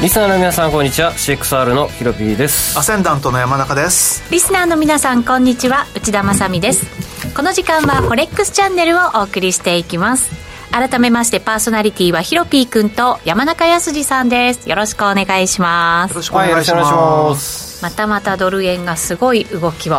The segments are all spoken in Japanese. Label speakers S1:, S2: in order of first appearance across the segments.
S1: リスナーの皆さんこんにちは CXR のヒロピーです
S2: アセンダントの山中です
S3: リスナーの皆さんこんにちは内田まさみですこの時間はフォレックスチャンネルをお送りしていきます改めましてパーソナリティはヒロピーくんと山中康さんですよろしくお願いしま
S2: よ
S3: す
S2: ろしくお願いします
S3: またまたドル円がすごい動きを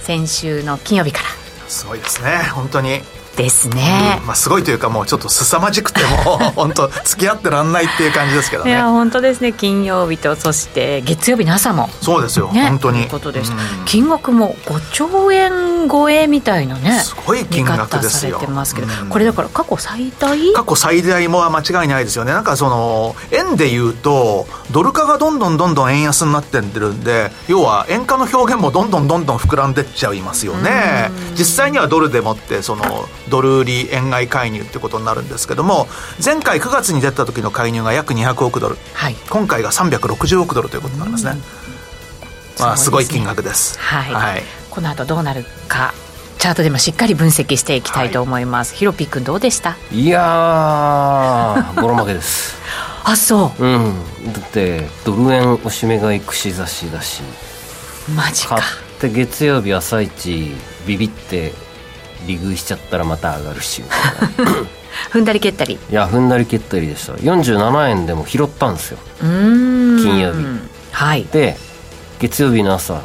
S3: 先週の金曜日から
S2: すすごいですね本当に、
S3: ですね、
S2: まあ、すごいというかもうちょっと凄まじくても う本当付き合ってらんないっていう感じですけど
S3: いや
S2: ね
S3: 本当ですね金曜日とそして月曜日の朝も
S2: そうですよ、
S3: ね
S2: 本当
S3: と
S2: に
S3: いうことでした
S2: うん
S3: 金額も5兆円超えみたいなね
S2: すごい金額ですよ
S3: 見方されてますけど、
S2: うん
S3: これだから過去最大
S2: 過去最大も間違いないですよねなんかその円で言うとドル化がどんどんどんどん円安になってってるんで要は円価の表現もどんどんどんどん膨らんでっちゃいますよね実際にはドルでもってそのドル売り円買い介入ってことになるんですけども前回9月に出た時の介入が約200億ドル
S3: はい
S2: 今回が360億ドルということになりますね、まあす
S3: す
S2: ご
S3: ご
S2: い
S3: いですね
S2: 金額です
S3: はい、この後どうなるかチャートでもしっかり分析していきたいと思います、ヒロピー君どうでした
S1: いやーボロ負けです
S3: あそ
S1: うんだってドル円おしめ買い串刺しだし
S3: うマジ
S1: 買
S3: か
S1: って月曜日朝一ビビって利食いしちゃったらまた上がるしみたいな
S3: 踏んだり蹴ったり
S1: いや踏んだり蹴ったりでした47円でも拾ったんですよ
S3: うーん
S1: 金曜日
S3: はい
S1: で月曜日の朝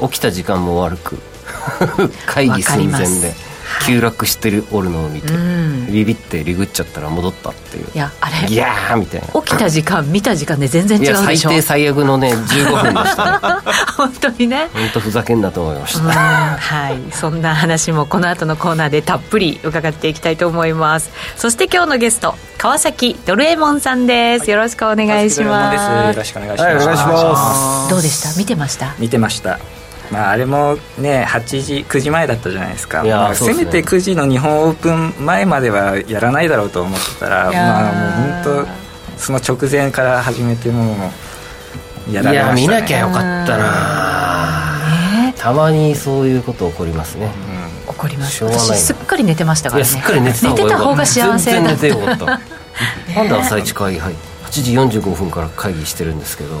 S1: 起きた時間も悪く 会議寸前で
S3: わかります
S1: 急落してるおるのを見て、
S3: うん
S1: ビビってリグっちゃったら戻ったっていう
S3: いやあれ
S1: ギャーみたいな
S3: 起きた時間見た時間で全然
S1: い
S3: 違
S1: や
S3: うで
S1: 最
S3: しょ
S1: 低最悪のね15分で したね
S3: 本当にね
S1: 本当ふざけんなと思いまし
S3: うん
S1: た
S3: はい、そんな話もこの後のコーナーでたっぷり伺っていきたいと思いますそして今日のゲスト川崎ドルエモンさんです、よろしくお願いしま
S4: よ
S3: す
S4: ろしくお願いします。
S1: はいお願いします
S3: どうでした見てました
S4: 見てました。まああれもね8時9時前だったじゃないですか。
S1: いやー
S4: まあ
S1: そうで
S4: せ
S1: すね
S4: めて9時の日本オープン前まではやらないだろうと思ってたら、
S3: いやー
S4: まあもう本当その直前から始めてもうやら
S1: い
S4: れ
S1: や
S4: まし
S1: 見
S4: たね。
S1: なきゃよかったな
S3: ね
S1: たまにそういうこと起こりますね、
S3: 怒ります
S1: しょうがないな
S3: 私すっかり寝てましたか
S1: い
S3: ら
S1: や
S3: ね
S1: すっかり寝てた
S3: 寝
S1: 方が
S3: て
S1: よ
S3: た
S1: か
S3: 方
S1: っ
S3: が幸せ
S1: 全
S3: だ
S1: 然寝てよかった なんで朝一会議入っ8時45分から会議してるんですけど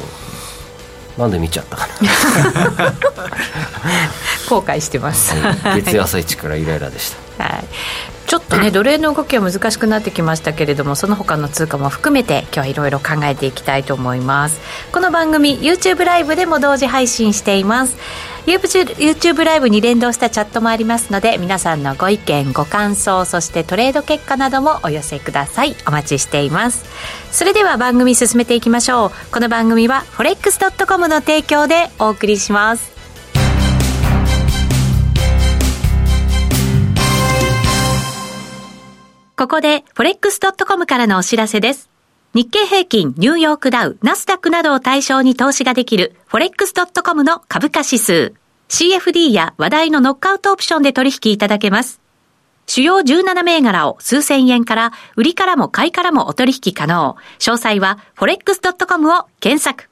S1: なんで見ちゃったか
S3: 後悔してます、
S1: な月曜朝一からイライラでした
S3: はい、ちょっとね奴隷の動きは難しくなってきましたけれどもその他の通貨も含めて今日はいろいろ考えていきたいと思いますこの番組 YouTube ライブでも同時配信しています YouTube, YouTube ライブに連動したチャットもありますので皆さんのご意見ご感想そしてトレード結果などもお寄せくださいお待ちしていますそれでは番組進めていきましょうこの番組は forex.com の提供でお送りしますここで、forex.com からのお知らせです。日経平均、ニューヨークダウ、ナスダックなどを対象に投資ができる、forex.com の株価指数。CFD や話題のノックアウトオプションで取引いただけます。主要17銘柄を数千円から、売りからも買いからもお取引可能。詳細は、forex.com を検索。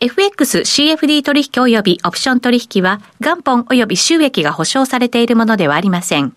S3: FX、CFD 取引及びオプション取引は、元本及び収益が保証されているものではありません。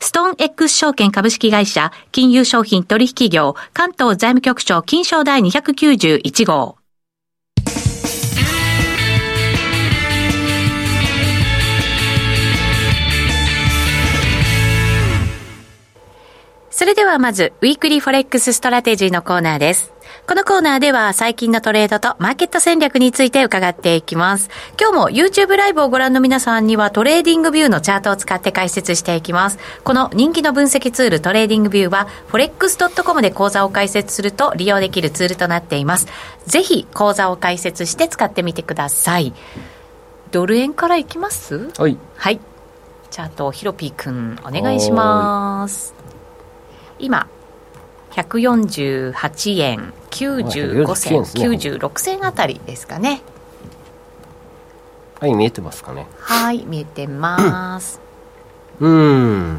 S3: ストーン X 証券株式会社、金融商品取引業、関東財務局長金賞第291号。それではまず、ウィークリーフォレックスストラテジーのコーナーです。このコーナーでは最近のトレードとマーケット戦略について伺っていきます。今日も YouTube ライブをご覧の皆さんにはトレーディングビューのチャートを使って解説していきます。この人気の分析ツールトレーディングビューは forex.com で講座を開設すると利用できるツールとなっています。ぜひ講座を開設して使ってみてください。ドル円からいきます
S1: はい
S3: はい。チャート、ヒロピーくん、お願いします。今、148円95
S1: 148円
S3: 銭、
S1: ですね
S3: 96銭あたりですかね。
S1: はい見えてますかね
S3: はい見えてます
S1: うーん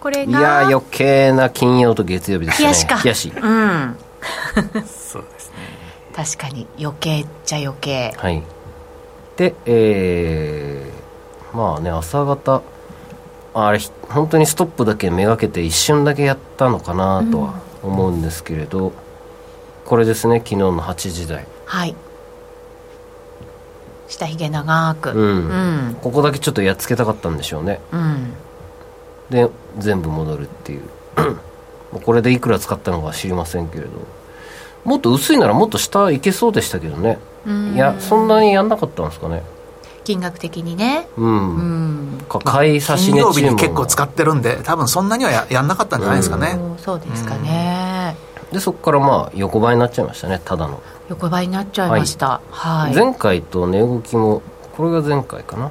S3: これ
S1: いや
S3: が
S1: ー余計な金曜と月曜日でしたね
S3: 冷やしか
S1: 冷やし
S3: うん
S4: そうですね
S3: 確かに余計っちゃ余計
S1: はいでえー、まあね朝方ああれひ本当にストップだけめがけて一瞬だけやったのかなとは思うんですけれど、これですね昨日の8時台
S3: はい下ひげ長く
S1: うん
S3: うん
S1: ここだけちょっとやっつけたかったんでしょうね
S3: うん
S1: で全部戻るっていう まあこれでいくら使ったのかは知りませんけれどもっと薄いならもっと下いけそうでしたけどね
S3: うん
S1: いやそんなにやんなかったんですかね
S3: 金額的にね
S1: うん、
S3: うん
S1: か買い差し
S2: 金
S1: 値
S2: 曜日
S1: 注
S2: に
S1: 文
S2: 結構使ってるんで多分そんなにはややんなかったんじゃないですかね、
S3: うんそうですかね
S1: でそこからまあ横ばいになっちゃいましたねただの、
S3: 横ばいになっちゃいましたはい
S1: 前回と値動きもこれが前回かな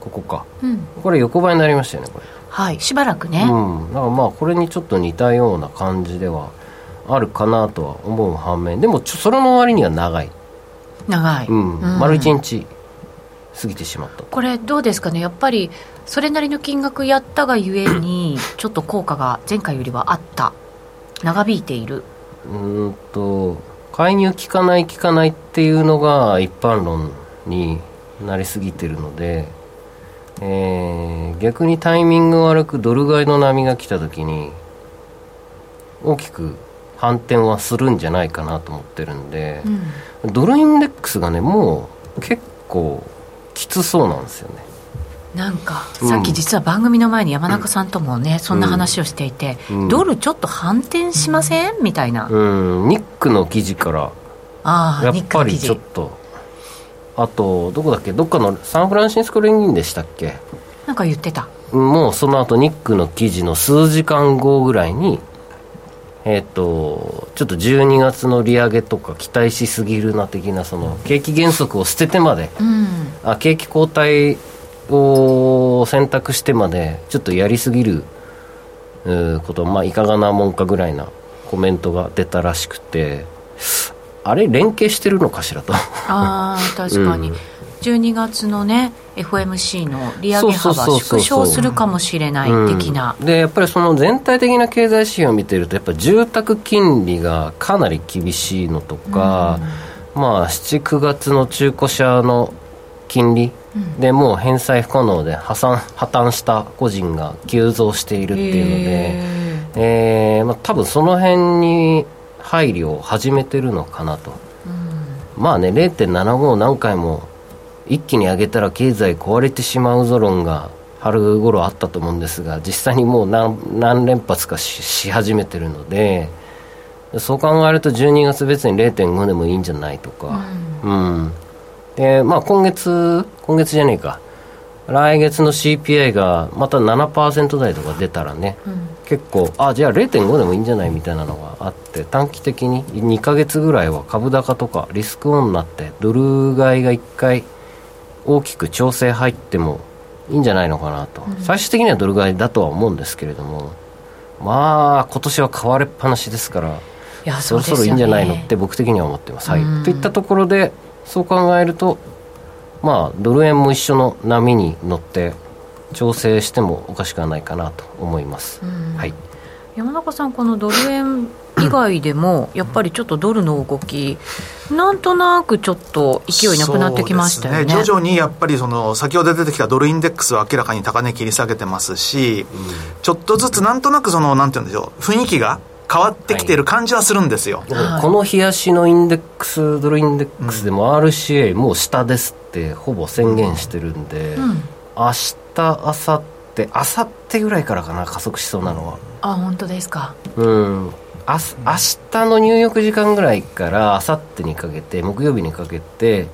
S1: ここか
S3: うん
S1: これ横ばいになりましたよねこれ
S3: はいしばらくね
S1: うん、だからまあこれにちょっと似たような感じではあるかなとは思う反面でもちょそれの割には長い、
S3: 長い
S1: うん
S3: うん
S1: 丸1日過ぎてしまった
S3: これどうですかねやっぱりそれなりの金額やったがゆえ にちょっと効果が前回よりはあった長引いている
S1: うーんと介入効かない効かないっていうのが一般論になりすぎてるので、えー逆にタイミング悪くドル買いの波が来た時に大きく反転はするんじゃないかなと思ってるんで、
S3: うん
S1: ドルインデックスがねもう結構きつそうなんですよね
S3: なんか
S1: うん
S3: さっき実は番組の前に山中さんともね、そんな話をしていて、
S1: うん
S3: ドルちょっと反転しません、みたいな、
S1: うんニックの記事から
S3: あ
S1: や
S3: あ
S1: っ
S3: 日課
S1: ぱ
S3: の記
S1: りちょ
S3: 事
S1: っとあとどこだっけどっかのサンフランシスコ連銀でしたっけ
S3: なんか言ってた
S1: もうその後ニックの記事の数時間後ぐらいにえっ、とちょっと12月の利上げとか期待しすぎるな的なその景気減速を捨ててまで
S3: うん
S1: あ景気後退を選択してまでちょっとやりすぎるうーことまあいかがなもんかぐらいなコメントが出たらしくてあれ連携してるのかしらと
S3: ああ確かに、
S1: うん
S3: 12月のね FOMC の利上げ
S1: そうそう
S3: 幅
S1: そうそう
S3: 縮小するかもしれない的な、
S1: うんでやっぱりその全体的な経済指標を見てるとやっぱ住宅金利がかなり厳しいのとか、まあ79月の中古車の金利でもう返済不可能で破産破綻した個人が急増しているっていうので。
S3: へ
S1: えーまあ、多分その辺に配慮を始めてるのかなと、まあね0.75を何回も一気に上げたら経済壊れてしまうぞ論が春頃あったと思うんですが実際にもう何何連発かしし始めてるのでそう考えると12月別に0.5でもいいんじゃないとか、うんでまあ、今月、今月じゃねえか、来月の CPI がまた7%台とか出たらね、結構、あじゃあ0.5でもいいんじゃないみたいなのがあって、短期的に2ヶ月ぐらいは株高とかリスクオンになって、ドル買いが1回大きく調整入ってもいいんじゃないのかなと、最終的にはドル買いだとは思うんですけれども、まあ、今年は買われっぱなしですから。
S3: えいや
S1: そうろ
S3: ですよ
S1: そろ
S3: ね
S1: いいんじゃないのって僕的には思ってます。は
S3: うん
S1: い、といったところでそう考えるとまあドル円も一緒の波に乗って調整してもおかしくはないかなと思います。はい、
S3: 山中さん、このドル円以外でも、やっぱりちょっとドルの動き、なんとなくちょっと勢いなくなってきましたよね。
S2: そうです徐々にやっぱりその先ほど出てきたドルインデックスは明らかに高値切り下げてますし、ちょっとずつなんとなくそのなんて言うんでしょう雰囲気が変わってきてる感じはするんですよ、
S1: だからこの冷やしのインデックスドルインデックスでも RCA もう下ですってほぼ宣言してるんで、
S3: うん
S1: 明日明後日明後日ぐらいからかな加速しそうなのは。
S3: あ、本当ですか。
S1: うん、あす明日の入浴時間ぐらいから明後日にかけて木曜日にかけて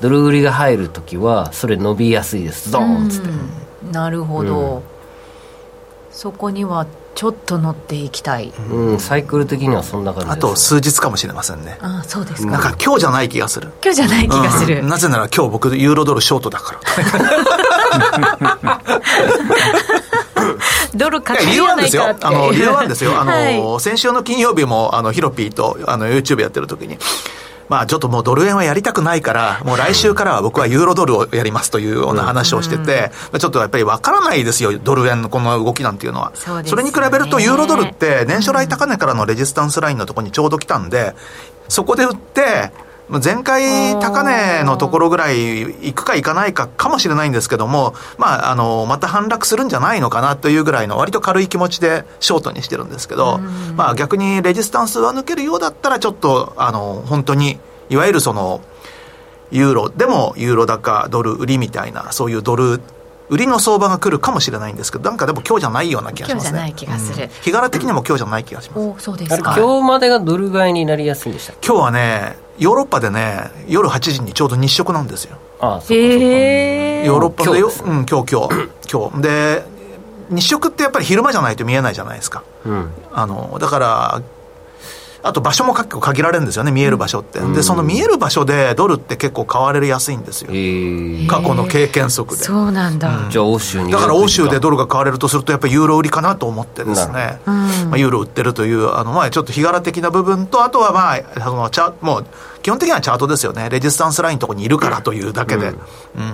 S1: ドル売りが入るときはそれ伸びやすいですドーンっつって、
S3: うんなるほど、
S1: うん
S3: そこにはちょっと乗っていきたい。
S1: うんサイクル的にはそんな感じで
S2: あ
S1: す
S2: と数日かもしれませんね、
S3: あ、そうですか。
S2: なんか今日じゃない気がする
S3: 今日じゃない気がする。
S2: うんなぜなら今日僕ユーロドルショートだから
S3: ドル買っ
S2: いや理
S3: てる
S2: 由
S3: じ
S2: は
S3: ゃ
S2: あるんですよ
S3: ない かって。
S2: あの理由はあるんですよあの、
S3: はい
S2: 先週の金曜日もあのヒロピーとあの YouTube やってる時にまあちょっともうドル円はやりたくないから、もう来週からは僕はユーロドルをやりますというような話をしてて、まあちょっとやっぱりわからないですよ、ドル円のこの動きなんていうのは。
S3: そうですよね
S2: れに比べるとユーロドルって年初来高値からのレジスタンスラインのところにちょうど来たんで、そこで売って、まあ前回高値のところぐらい行くか行かないかかもしれないんですけども、まあ、あの、また反落するんじゃないのかなというぐらいの割と軽い気持ちでショートにしてるんですけど、まあ逆にレジスタンスは抜けるようだったらちょっと、あの、本当に、いわゆるその、ユーロでもユーロ高ドル売りみたいなそういうドル売りの相場が来るかもしれないんですけどなんかでも今日じゃないような気がしますね
S3: 今日じゃない気がする
S2: うん日柄的にも今日じゃない気がします、
S3: おそうで
S1: あ
S3: す
S1: れ
S3: か
S1: 今日までがドル買いになりやすいんでしたっけ
S2: 今日はねヨーロッパでね夜8時にちょうど日食なんですよ
S1: ああそうかそうか、
S3: へえ
S2: ヨーロッパで
S1: 今
S2: よ
S1: 日です
S2: うん今日今 日今日で日食ってやっぱり昼間じゃないと見えないじゃないですか
S1: うん、
S2: あのだからあと場所も結構限られるんですよね見える場所って、でその見える場所でドルって結構買われる安いんですよ
S1: えー
S2: 過去の経験則で
S3: そうなんだ、
S1: じゃあ欧州に
S2: だから欧州でド
S1: ル
S2: ルが買われるとすると、やっぱりユーロ売りかなと思ってですね、まあ、ユーロ売ってるという、あのまあちょっと日柄的な部分と、あとは、まあ、あのチャもう基本的にはチャートですよね、レジスタンスラインのところにいるからというだけで。うん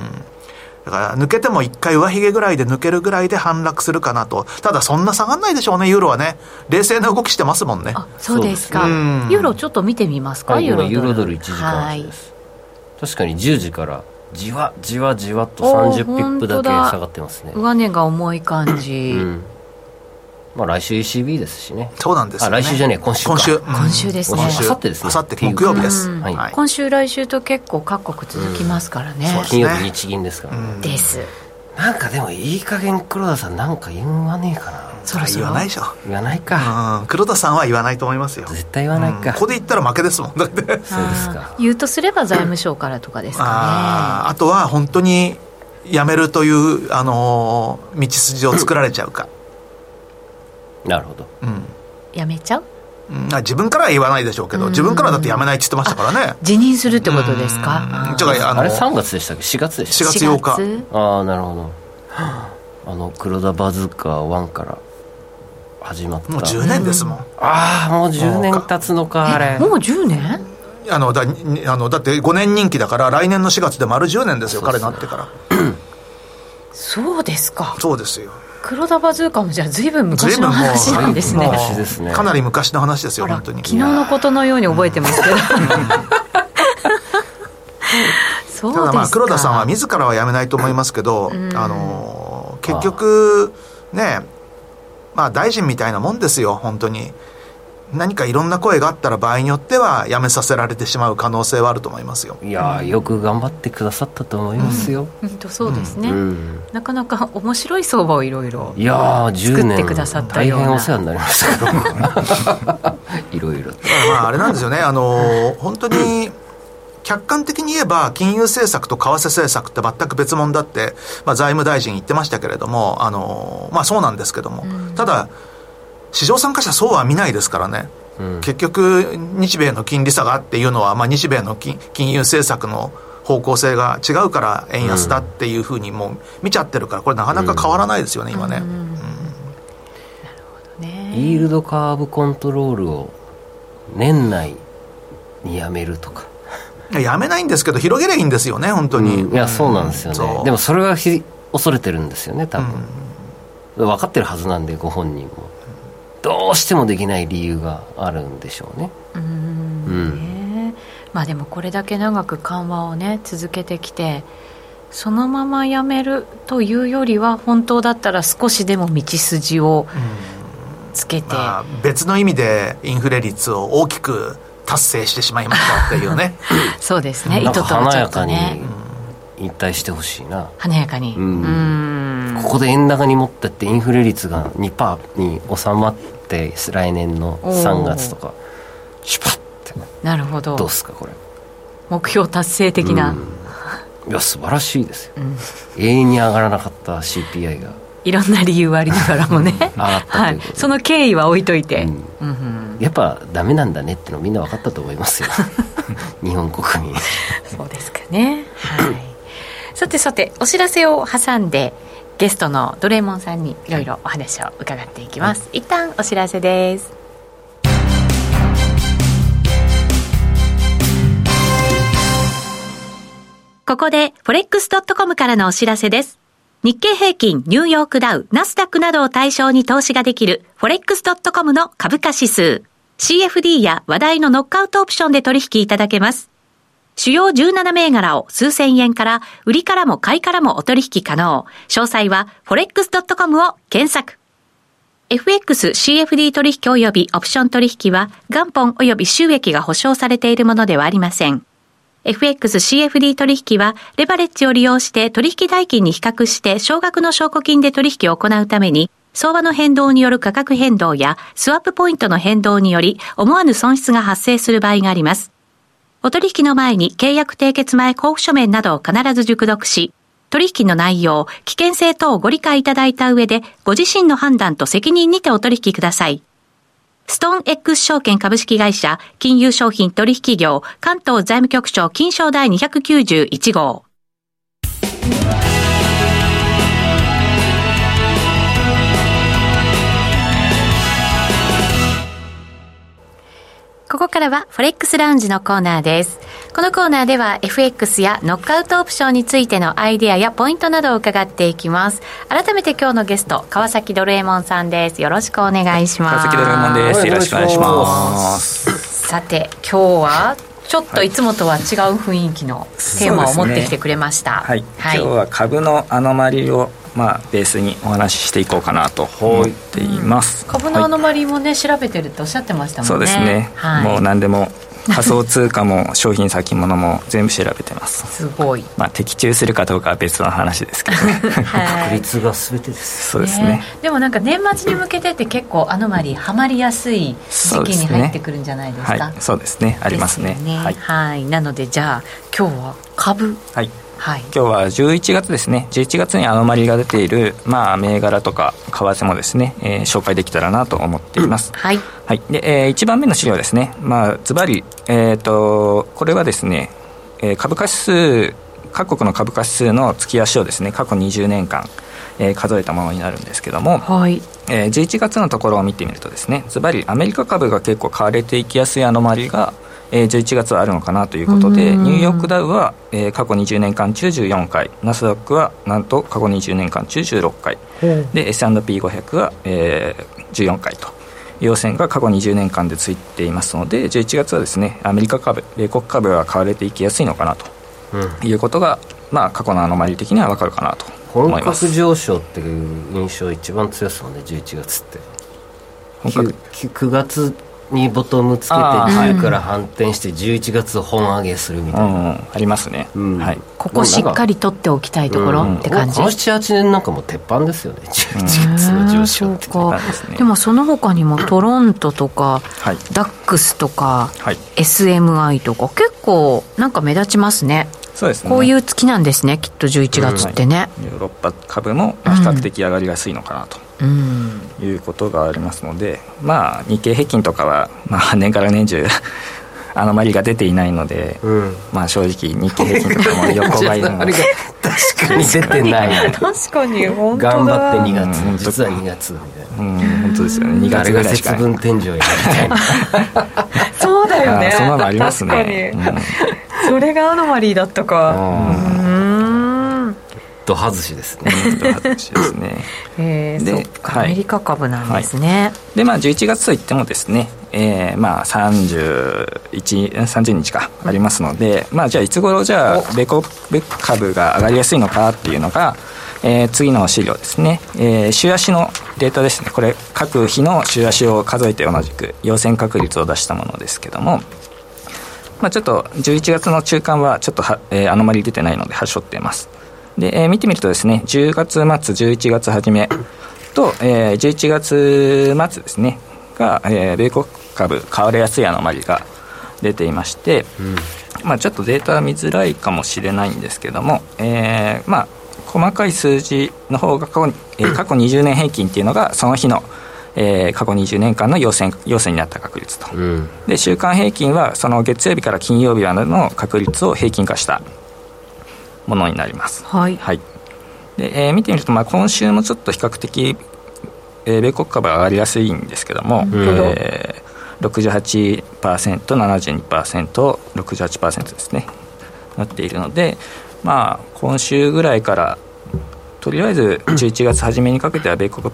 S2: だから抜けても一回上髭ぐらいで抜けるぐらいで反落するかなと。ただそんな下がんないでしょうね、ユーロはね。冷静な動きしてますもんね。
S3: あそうですか
S2: うん
S3: ユーロちょっと見てみますか、
S1: はい
S3: ユーロドル
S1: ユーロドル1時間
S3: は
S1: 足
S3: い
S1: です確かに10時からじわじわじわっと
S3: おー
S1: 30ピップだけ下がってますね
S3: 上値が重い感じ、
S1: うんまあ来週 ECB ですしね
S2: そうなんですよ、ね。
S1: あ来週じゃねえ今週か
S2: 今週。うん
S3: 今週ですね
S2: 今週
S1: 明後日ですね
S2: 明後日木曜日です。
S1: うんはい
S3: 今週来週と結構各国続きますからね、
S2: そう
S1: 金曜日日銀ですから、
S2: うん
S3: です
S1: なんかでもいい加減黒田さんなんか言わねえかな
S3: そろそろ
S2: 言わないでしょ。
S1: 言わないか、
S2: うん、黒田さんは言わないと思いますよ。
S1: 絶対言わないか、
S2: うんここで言ったら負けですも ん。だって。
S1: そうですか
S3: あー言うとすれば財務省からとかですか
S2: あーあとは本当にやめるという、あのー道筋を作られちゃうか、
S1: なるほど
S2: うん
S3: ねやめちゃう
S2: うんあ自分からは言わないでしょうけど、自分からだってやめないって言ってましたからね。
S3: 辞任するってことです
S2: うん
S3: か
S2: ちょっとあ
S1: あ
S2: の
S1: れ3月でしたっけ4月でしたっ
S2: 4月8日
S3: 4
S1: けああなるほどあの黒田バズーカー1から始まった
S2: もう10年ですもん、
S1: ああもう10年経つのかあれ
S3: もう10年
S2: あのだにあのだって5年任期だから来年の4月で丸10年ですよ彼なってから
S3: そうですか
S2: そうですよ
S3: 黒田バズーカもじゃあ随分昔の話
S2: 随分もう
S3: なんですね
S1: も昔ですね
S2: かなり昔の話ですよ本当に
S3: 昨日のことのように覚えてますけどそうです
S2: た
S3: か
S2: だまあ黒田さんは自らは辞めないと思いますけど、あのー結局ねまあ大臣みたいなもんですよ本当に何かいろんな声があったら場合によっては辞めさせられてしまう可能性はあると思いますよ
S1: いやーよく頑張ってくださったと思いますよ、
S3: うんとそうですね、
S1: うん
S3: なかなか面白い相場をいろいろ
S1: いやー10
S3: 作って
S1: 年
S3: くださった
S1: 大
S3: ような
S1: 変お世話になりましたけど いろいろと
S2: だからまああれなんですよねあのー本当に客観的に言えば金融政策と為替政策って全く別物だって、まあ、財務大臣言ってましたけれどもあのーまあそうなんですけども、ただ市場参加者そうは見ないですからね、
S1: うん
S2: 結局、日米の金利差がっていうのは、まあ、日米の金金融政策の方向性が違うから円安だっていうふうにもう見ちゃってるから、これ、なかなか変わらないですよね、今ね。
S3: ね
S1: イールドカーブコントロールを年内にやめるとか、
S2: やめないんですけど、広げればいいんですよね、本当に。
S1: いやそうなんですよね、
S2: そう
S1: でもそれはひ恐れてるんですよね多分、分かってるはずなんでご本人もどうしてもできない理由があるんでしょうね
S3: うん
S1: うん
S3: ねまあでもこれだけ長く緩和をね続けてきてそのままやめるというよりは本当だったら少しでも道筋をつけて、
S2: まあ、別の意味でインフレ率を大きく達成してしまいましたっていう ね。
S3: そうですね意
S1: な
S3: 図
S1: ん
S3: と
S1: か
S3: はちょっとね
S1: 華やかに引退してほしいな、
S3: 華やかに
S1: うん
S3: うん
S1: ここで円高に持ってってインフレ率が2%に収まって来年の3月とかシュパッて
S3: なるほど
S1: どうっすかこれ
S3: 目標達成的な、
S1: いや素晴らしいですよ、永遠に上がらなかった CPI が
S3: いろんな理由はありながらもね
S1: がったと
S3: は
S1: いう
S3: い
S1: ことで、
S3: その経緯は置いといて、
S1: うん
S3: うんうん
S1: やっぱダメなんだねってのみんな分かったと思い ますよ日本国民
S3: そうですかね。はい。さてさて、お知らせを挟んで、ゲストのドレモンさんにいろいろお話を伺っていきます。一旦お知らせです。
S5: ここで、forex.com からのお知らせです。日経平均、ニューヨークダウ、ナスダックなどを対象に投資ができる、forex.com の株価指数。CFD や話題のノックアウトオプションで取引いただけます。主要17銘柄を数千円から、売りからも買いからもお取引可能。詳細は、forex.com を検索。FXCFD 取引及びオプション取引は元本及び収益が保証されているものではありません。FXCFD 取引はレバレッジを利用して取引代金に比較して少額の証拠金で取引を行うために相場の変動による価格変動やスワップポイントの変動により思わぬ損失が発生する場合があります。お取引の前に契約締結前交付書面などを必ず熟読し、取引の内容、危険性等をご理解いただいた上で、ご自身の判断と責任にてお取引ください。ストーン X 証券株式会社、金融商品取引業、関東財務局長金賞第291号。ここからはフォレックスラウンジのコーナーです。このコーナーでは FX やノックアウトオプションについてのアイデアやポイントなどを伺っていきます。改めて今日のゲスト、川崎ドルエモンさんです。よろしくお願いします。
S4: 川崎ドルマンです。
S1: はい
S4: よろしくお願いします。
S3: さて今日はちょっといつもとは違う雰囲気のテーマを持ってきてくれました、
S4: はい、
S3: はい
S4: 今日は株のアノマリをまあベースにお話ししていこうかなと思っています。
S3: 株のア
S4: は
S3: ノマリもね、調べてるっておっしゃってました
S4: い
S3: もんね
S4: そうですね。
S3: はい、
S4: もう何でも仮想通貨も商品先物も全部調べてます。
S3: すごい、
S4: まあ的中するかどうかは別の話ですけど、
S1: 確
S3: はい
S1: 率が全てです
S4: そうですね。
S3: でもなんか年末に向けてって結構アノマリハマりやすい時期に入ってくるんじゃないですか
S4: はい、そうですね。ありますね。
S3: ですよ
S4: はい。
S3: はいなのでじゃあ今日は株
S4: はい。
S3: はい
S4: 今日は11月ですね11月にアノマリが出ている、まあ、銘柄とか為替もですね、えー紹介できたらなと思っています、
S3: はい
S4: はいでえ1番目の資料ですね、まあ、ずばり、えー、とこれはですね、えー株価指数各国の株価指数の月足をですね過去20年間、えー数えたものになるんですけども、
S3: はい
S4: えー11月のところを見てみるとですねずばりアメリカ株が結構買われていきやすいアノマリが、えー11月はあるのかなということで
S3: うん
S4: ニューヨークダウは、えー過去20年間94回ナスダックはなんと過去20年間96回で S&P500 は、えー14回と陽線が過去20年間でついていますので11月はですねアメリカ株米国株が買われていきやすいのかなと
S1: うん
S4: いうことが、まあ、過去のアノマリ的にはわかるかなと
S1: 本
S4: 思います
S1: 格上昇っていう印象一番強そうね11月って
S4: 本格
S1: 9, 月にボトムつけて
S4: あー
S1: 10から反転して11月本上げするみ
S4: う
S1: たいな、
S4: ん、ありますね、
S1: うん
S4: はい
S3: ここしっかり取っておきたいところって感じ、
S1: この78年なんかもう鉄板ですよね11月の上昇って、
S3: うんそうか
S4: ですね
S3: でもその他にもトロントとか、
S4: はい
S3: ダックスとか、
S4: はい、
S3: SMI とか結構なんか目立ちますね
S4: そうですね。
S3: こういうう月なんですねきっと11月ってね、
S4: ヨーロッパ株も比較的上がりやすいのかなと。
S3: うん
S4: いうことがありますので、まあ、日経平均とかは、まあ、年から年中 あのまりが出ていないので、
S1: うん
S4: まあ、正直日経平均とかも横 ばいなの
S1: あれ
S4: で
S1: が確かに出てないね
S3: 確かに本
S1: 頑張って2
S4: うん
S1: 月実は2月みたいな
S4: うん本当ですよね2
S1: あ
S4: 月
S1: れ
S4: ぐ
S1: が
S4: らいしか
S1: 節
S4: ない
S1: 分天井やみたいな
S3: そうだ
S4: あーそんなのありますね、
S3: それがアノマリーだったか
S4: うんうん
S3: うん
S1: と外しですね
S4: うんですね
S3: えー、
S4: で
S3: そっか、
S4: はい
S3: アメリカ株なんですね、
S4: でまあ11月といってもですね、えーまあ31 30日かありますので、まあじゃあいつ頃じゃあ米国株が上がりやすいのかっていうのが、えー次の資料ですね、えー週足のデータですねこれ各日の週足を数えて同じく陽線確率を出したものですけどもまあ、ちょっと11月の中間はちょっとは、えー、あのまり出てないので端折っていますで、えー見てみるとですね10月末11月初めと、えー11月末ですねが、えー米国株買われやすいあのまりが出ていまして、まあ、ちょっとデータは見づらいかもしれないんですけども、えーまあ、細かい数字の方が過去,、えー過去20年平均っていうのがその日の、えー過去20年間の陽線陽線になった確率と、
S1: うん
S4: で週間平均はその月曜日から金曜日までの確率を平均化したものになります、
S3: はい
S4: はいでえー見てみると、まあ、今週もちょっと比較的、えー米国株は上がりやすいんですけども、えー、68%72%68% ですねなっているので、まあ、今週ぐらいからとりあえず11月初めにかけては米国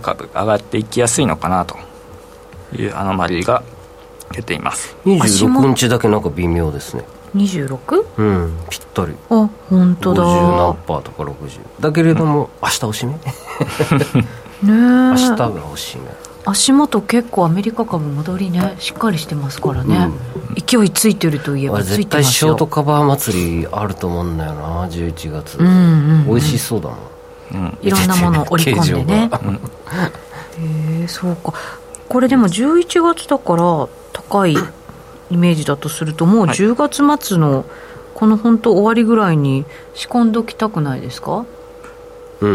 S4: 株上がっていきやすいのかなというアノマリーが出ています
S1: 26日だけなんか微妙ですね
S3: 26?
S1: うんぴったり
S3: あ本当だ
S1: 50何パーとか60だけれども、明日おしめ明日
S3: ねえ
S1: がおしめ
S3: 足元結構アメリカ株戻りねしっかりしてますからね、勢いついてるといえ
S1: あ
S3: ば
S1: れ
S3: つい
S1: 絶
S3: て
S1: 対
S3: ます
S1: ショー
S3: よ
S1: トカバー祭りあると思うんだよな11月、
S3: うんうんうん
S1: 美味しそうだもん
S3: いろんなものを織り 込んでね
S1: 形状が
S3: へえそうかこれでも11月だから高いイメージだとするともう
S4: はい
S3: 10月末のこの本当終わりぐらいに仕込んどきたくないですか
S1: うん、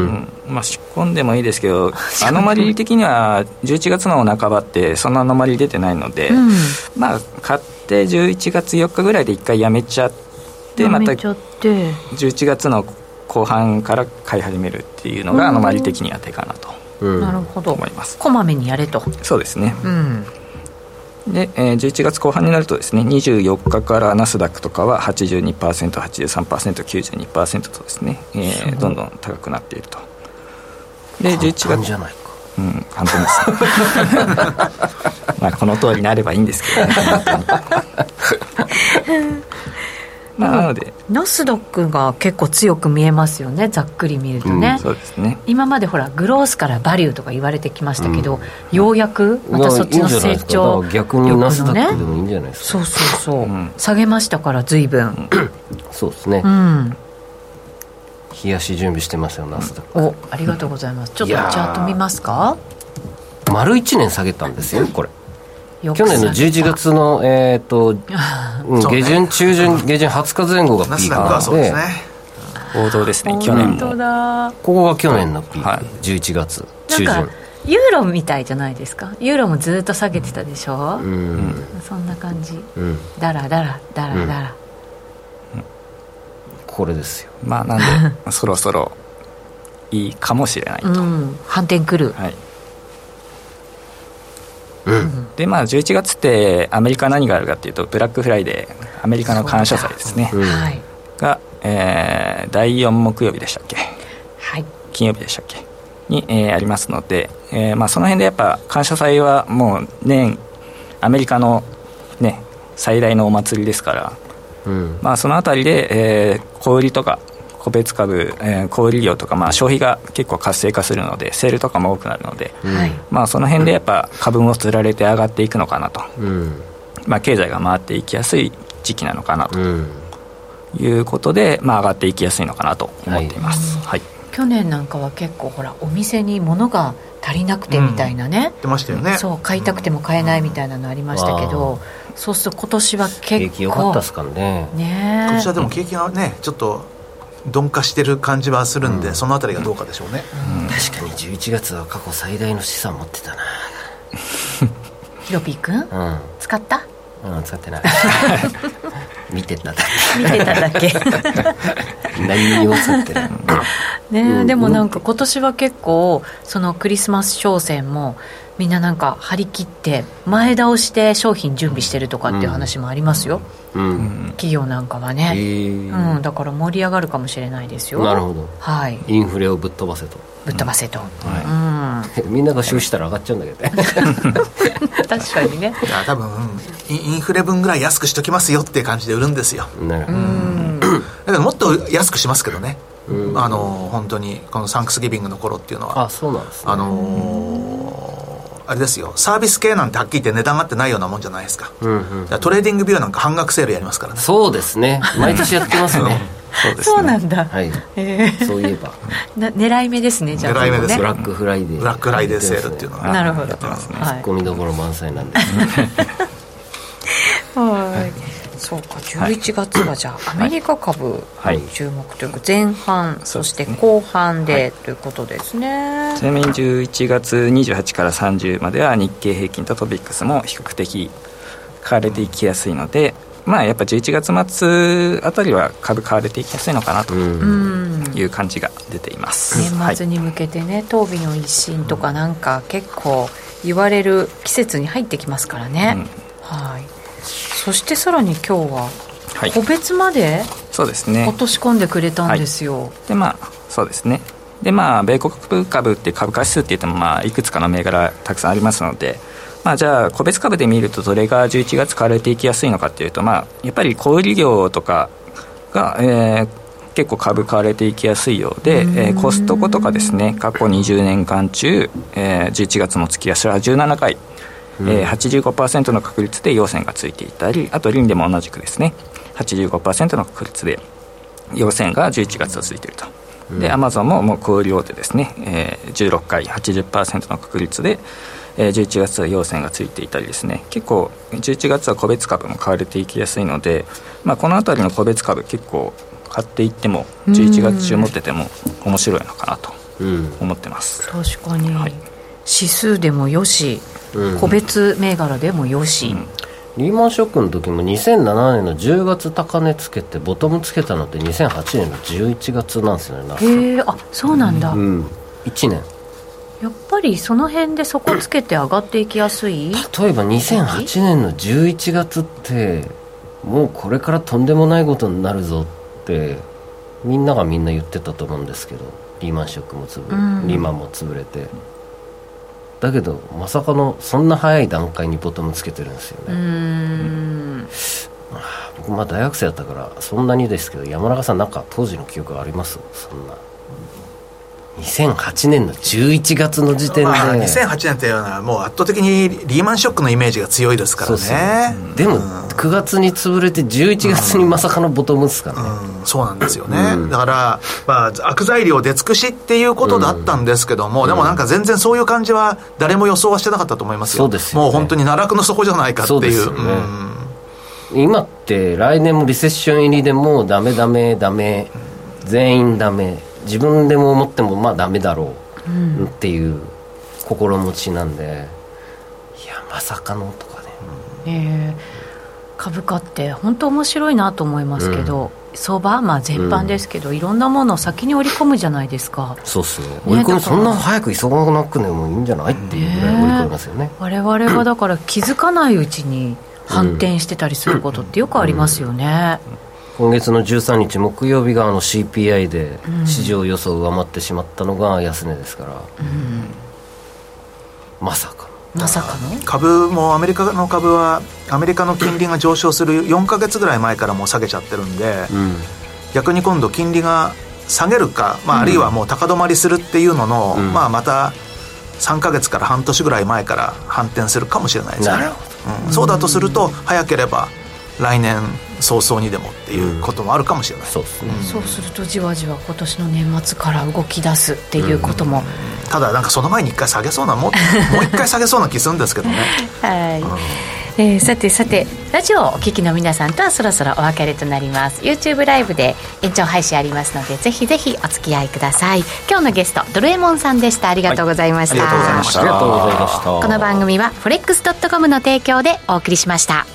S4: うんまあ、仕込んでもいいですけ どアノマリー的には11月の半ばってそんなアノマリー出てないので、
S3: うん
S4: まあ買って11月4日ぐらいで一回やめちゃって
S3: や
S4: また
S3: めちゃって
S4: 11月の後半から買い始めるっていうのがアノマリー的には手かなと
S1: うん
S3: なるほど
S4: 思います
S3: こまめにやれと
S4: そうですね
S3: うん
S4: で、えー11月後半になるとですね24日からナスダックとかは 82%83%92% とですね、えーどんどん高くなっているとで11
S1: 簡単
S4: 月
S1: じゃないか
S4: うん、簡単ですねまあこの通りになればいいんですけどね本当にまあなので、
S3: ナスダックが結構強く見えますよねざっくり見るとね、
S4: そうですね
S3: 今までほらグロースからバリューとか言われてきましたけど、ようやくまたそっちの成長
S1: いやいいんじゃないですかだから逆にナスダッ
S3: 欲
S1: クで
S3: のね
S1: もいいんじゃないですか、
S3: そうそうそう、
S4: ん
S3: 下げましたから随分
S1: そうですね、
S3: うん
S1: 冷やし準備してますよナスダック、
S3: おありがとうございますちょっと
S1: い
S3: チ
S1: や
S3: ャ
S1: ー
S3: ート見ますか
S1: 丸1年下げたんですよこれ
S3: よく
S1: 去年の
S3: 下げた
S1: 11月の、えー、とうん
S2: そうね
S1: 下旬中旬下旬20日前後が
S2: ナ
S1: ピー
S2: ス
S1: ク
S2: ダッ
S1: な
S2: クは
S1: の
S2: そうで
S1: です
S2: ね
S4: 王道ですね去年
S3: 本当
S4: も
S3: だ
S1: ここが去年のピーク、
S4: はい
S1: 11月
S3: なん
S1: 中
S3: か
S1: 旬
S3: ユーロみたいじゃないですかユーロもずっと下げてたでしょ、
S1: うん
S3: そんな感じ
S1: うん
S3: だらだらだらだら、
S1: これですよ
S4: まあなんでそろそろいいかもしれないと、
S3: うん、反転くる、
S4: はいでまあ、11月ってアメリカ何があるかっていうとブラックフライデーアメリカの感謝祭ですね
S1: うん
S3: はい
S4: が、えー第4木曜日でしたっけ
S3: はい
S4: 金曜日でしたっけに、えーありますので、えーまあ、その辺でやっぱ感謝祭はもう年アメリカの、ね、最大のお祭りですから、
S1: うん
S4: まあ、そのあたりで、えー小売りとか個別株、えー小売業とか、まあ、消費が結構活性化するのでセールとかも多くなるので、
S3: はい
S4: まあ、その辺でやっぱ株もつられて上がっていくのかなと、
S1: うん
S4: まあ、経済が回っていきやすい時期なのかなと
S1: うん
S4: いうことで、まあ、上がっていきやすいのかなと思っています。はい
S3: 去年なんかは結構ほらお店に物が足りなくてみたいなね、
S2: 言ってましたよね
S3: そう買いたくても買えないみたいなのありましたけど、そうすると今年は
S1: 景
S3: 結
S1: 気良か
S3: 構
S1: ったっすからね
S3: ね
S2: こ
S3: え
S2: ちらでも景気がねちょっと鈍化してる感じはするんで、そのあたりがどうかでしょうね、
S1: 確かに11月は過去最大の資産持ってた
S3: ヒロピー君
S1: な
S3: 使った
S1: うん、うん、使 ってない見てただ
S3: 見てただけ
S1: け何にも使ってない
S3: ねえでもなんか今年は結構そのクリスマス商戦もみんななんか張り切って前倒して商品準備してるとかっていう話もありますよ、
S1: うん
S3: 企業なんかは
S1: え
S3: ね、
S1: ー
S3: うん、だから盛り上がるかもしれないですよ
S1: なるほど
S3: はい
S1: インフレをぶっ飛ばせと
S3: ぶっ飛ばせと、
S1: みんなが消費したら上がっちゃうんだけどね
S3: うん、 確かにね
S2: いや多分インインフレ分ぐらい安くしときますよっていう感じで売るんですよ
S1: なるほど
S2: だけどもっと安くしますけどね、あの本当にこのサンクスギビングの頃っていうのは
S1: あそうなんですね
S2: あのーあれですよサービス系なんてはっきり言って値段上がってないようなもんじゃないですか,、
S1: うんうん
S2: トレーディングビューなんか半額セールやりますからね
S1: そうですね毎年やってますね
S4: そうですね
S3: そうなんだ、
S1: はい
S3: えー
S1: そういえば
S3: な狙い目ですねじゃあ
S2: 狙い目です
S3: こ
S1: ブ
S3: こ
S1: ラ
S3: ね
S1: ックフライデー
S2: ブラックライデーセールっていうのは
S3: なるほど
S4: やってますね
S3: は
S1: ツッ
S3: い
S1: コミどころ満載なんですけど
S3: はいそうか11月はじゃあ、アメリカ株
S4: はい
S3: 注目というか前半
S4: そ
S3: そう
S4: で
S3: し
S4: すね
S3: て後半でということですね、
S4: ちなみに11月28から30までは日経平均とトピックスも比較的買われていきやすいので、まあ、やっぱ11月末あたりは株買われていきやすいのかなと
S3: うん
S4: いう感じが出ています。は
S3: 年
S4: い
S3: 末に向けてね東美の一新とかなんか結構言われる季節に入ってきますからね、
S4: うん
S3: はいそしてさらに今日は
S4: はい
S3: 個別まで
S4: そうですね
S3: 落とし込んでくれたんですよ、
S4: でまあそうですねでまあ米国株って株価指数って言ってもまあいくつかの銘柄たくさんありますのでまあじゃあ個別株で見るとどれが11月買われていきやすいのかっていうとまあやっぱり小売業とかが、えー結構株買われていきやすいようで、えーコストコとかですね過去20年間中、えー11月の月足は17回、えー、85%の確率で陽線がついていたりあとリンでも同じくですね85%の確率で陽線が11月続いていると。で、アマゾンももう小売大手ですね、えー、16回80%の確率で、えー、11月は陽線がついていたりですね、結構、11月は個別株も買われていきやすいので、まあ、このあたりの個別株、結構買っていっても、11月中持ってても面白いのかなと
S1: うん
S4: 思ってます。
S3: 確かに、
S4: はい
S3: 指数でもよし、
S1: うん
S3: 個別銘柄でもよし、
S1: リーマンショックの時も2007年の10月高値つけてボトムつけたのって2008年の11月なんですよねな
S3: へえあそうなんだ、
S1: うん1年
S3: やっぱりその辺でそこつけて上がっていきやすい
S1: 例えば2008年の11月ってもうこれからとんでもないことになるぞってみんながみんな言ってたと思うんですけどリーマンショックも潰れ、
S3: うん
S1: リーマンも潰れてだけどまさかのそんな早い段階にボトムつけてるんですよ
S3: う
S1: ね、
S3: ーん
S1: 僕まあ大学生だったからそんなにですけど山中さんなんか当時の記憶ありますそんな2008年の11月の時点で、
S2: まあ、2008年っていうのはもう圧倒的にリーマンショックのイメージが強いですか
S1: そ
S2: ら
S1: う
S2: ね
S1: ですねでも9月に潰れて11月にまさかのボトムですからね、
S2: うんそうなんですよね、
S1: うん
S2: だから、まあ、悪材料出尽くしっていうことだったんですけども、でもなんか全然そういう感じは誰も予想はしてなかったと思いますよ
S1: そうですよね
S2: もう本当に奈落の底じゃないかっていう
S1: そうですよね
S2: うん
S1: 今って来年もリセッション入りでもうダメダメダメ全員ダメ自分でも思ってもまあダメだろうっていう心持ちなんでいやまさかのとかね
S3: えー株価って本当面白いなと思いますけど、相場、まあ、全般ですけど、いろんなものを先に織り込むじゃないですか
S1: そうっすね追い込
S3: だから
S1: みそんな早く急がなくねもいいんじゃないっていうぐらい追い込みますよね
S3: 我々はだから気づかないうちに反転してたりすることってよくありますよね、
S1: 今月の13日木曜日があの CPI で市場予想を上回ってしまったのが安値ですから、まさか
S3: まさかの
S2: 株もアメリカの株はアメリカの金利が上昇する4か月ぐらい前からもう下げちゃってるんで、
S1: の、うん
S2: 逆に今度金利が下げるか、まあ、あるいはもう高止まりするっていうのの、
S1: うん
S2: まあ、また3か月から半年ぐらい前から反転するかもしれないですよね
S1: なるほ、
S2: うん、そうだとすると早ければ来年早々にでもっていうこともあるかもしれない、
S1: そうですね、
S3: そうするとじわじわ今年の年末から動き出すっていうことも、
S2: ただなんかその前に一回下げそうなもうもう一回下げそうな気するんですけどね
S3: はい、えーさてさてラジオをお聞きの皆さんとはそろそろお別れとなります YouTube ライブで延長配信ありますのでぜひぜひお付き合いください今日のゲストドルエモンさんでしたありがとうございました、
S4: はいありがとうございました
S1: ありがとうございました
S3: この番組は forex.com の提供でお送りしました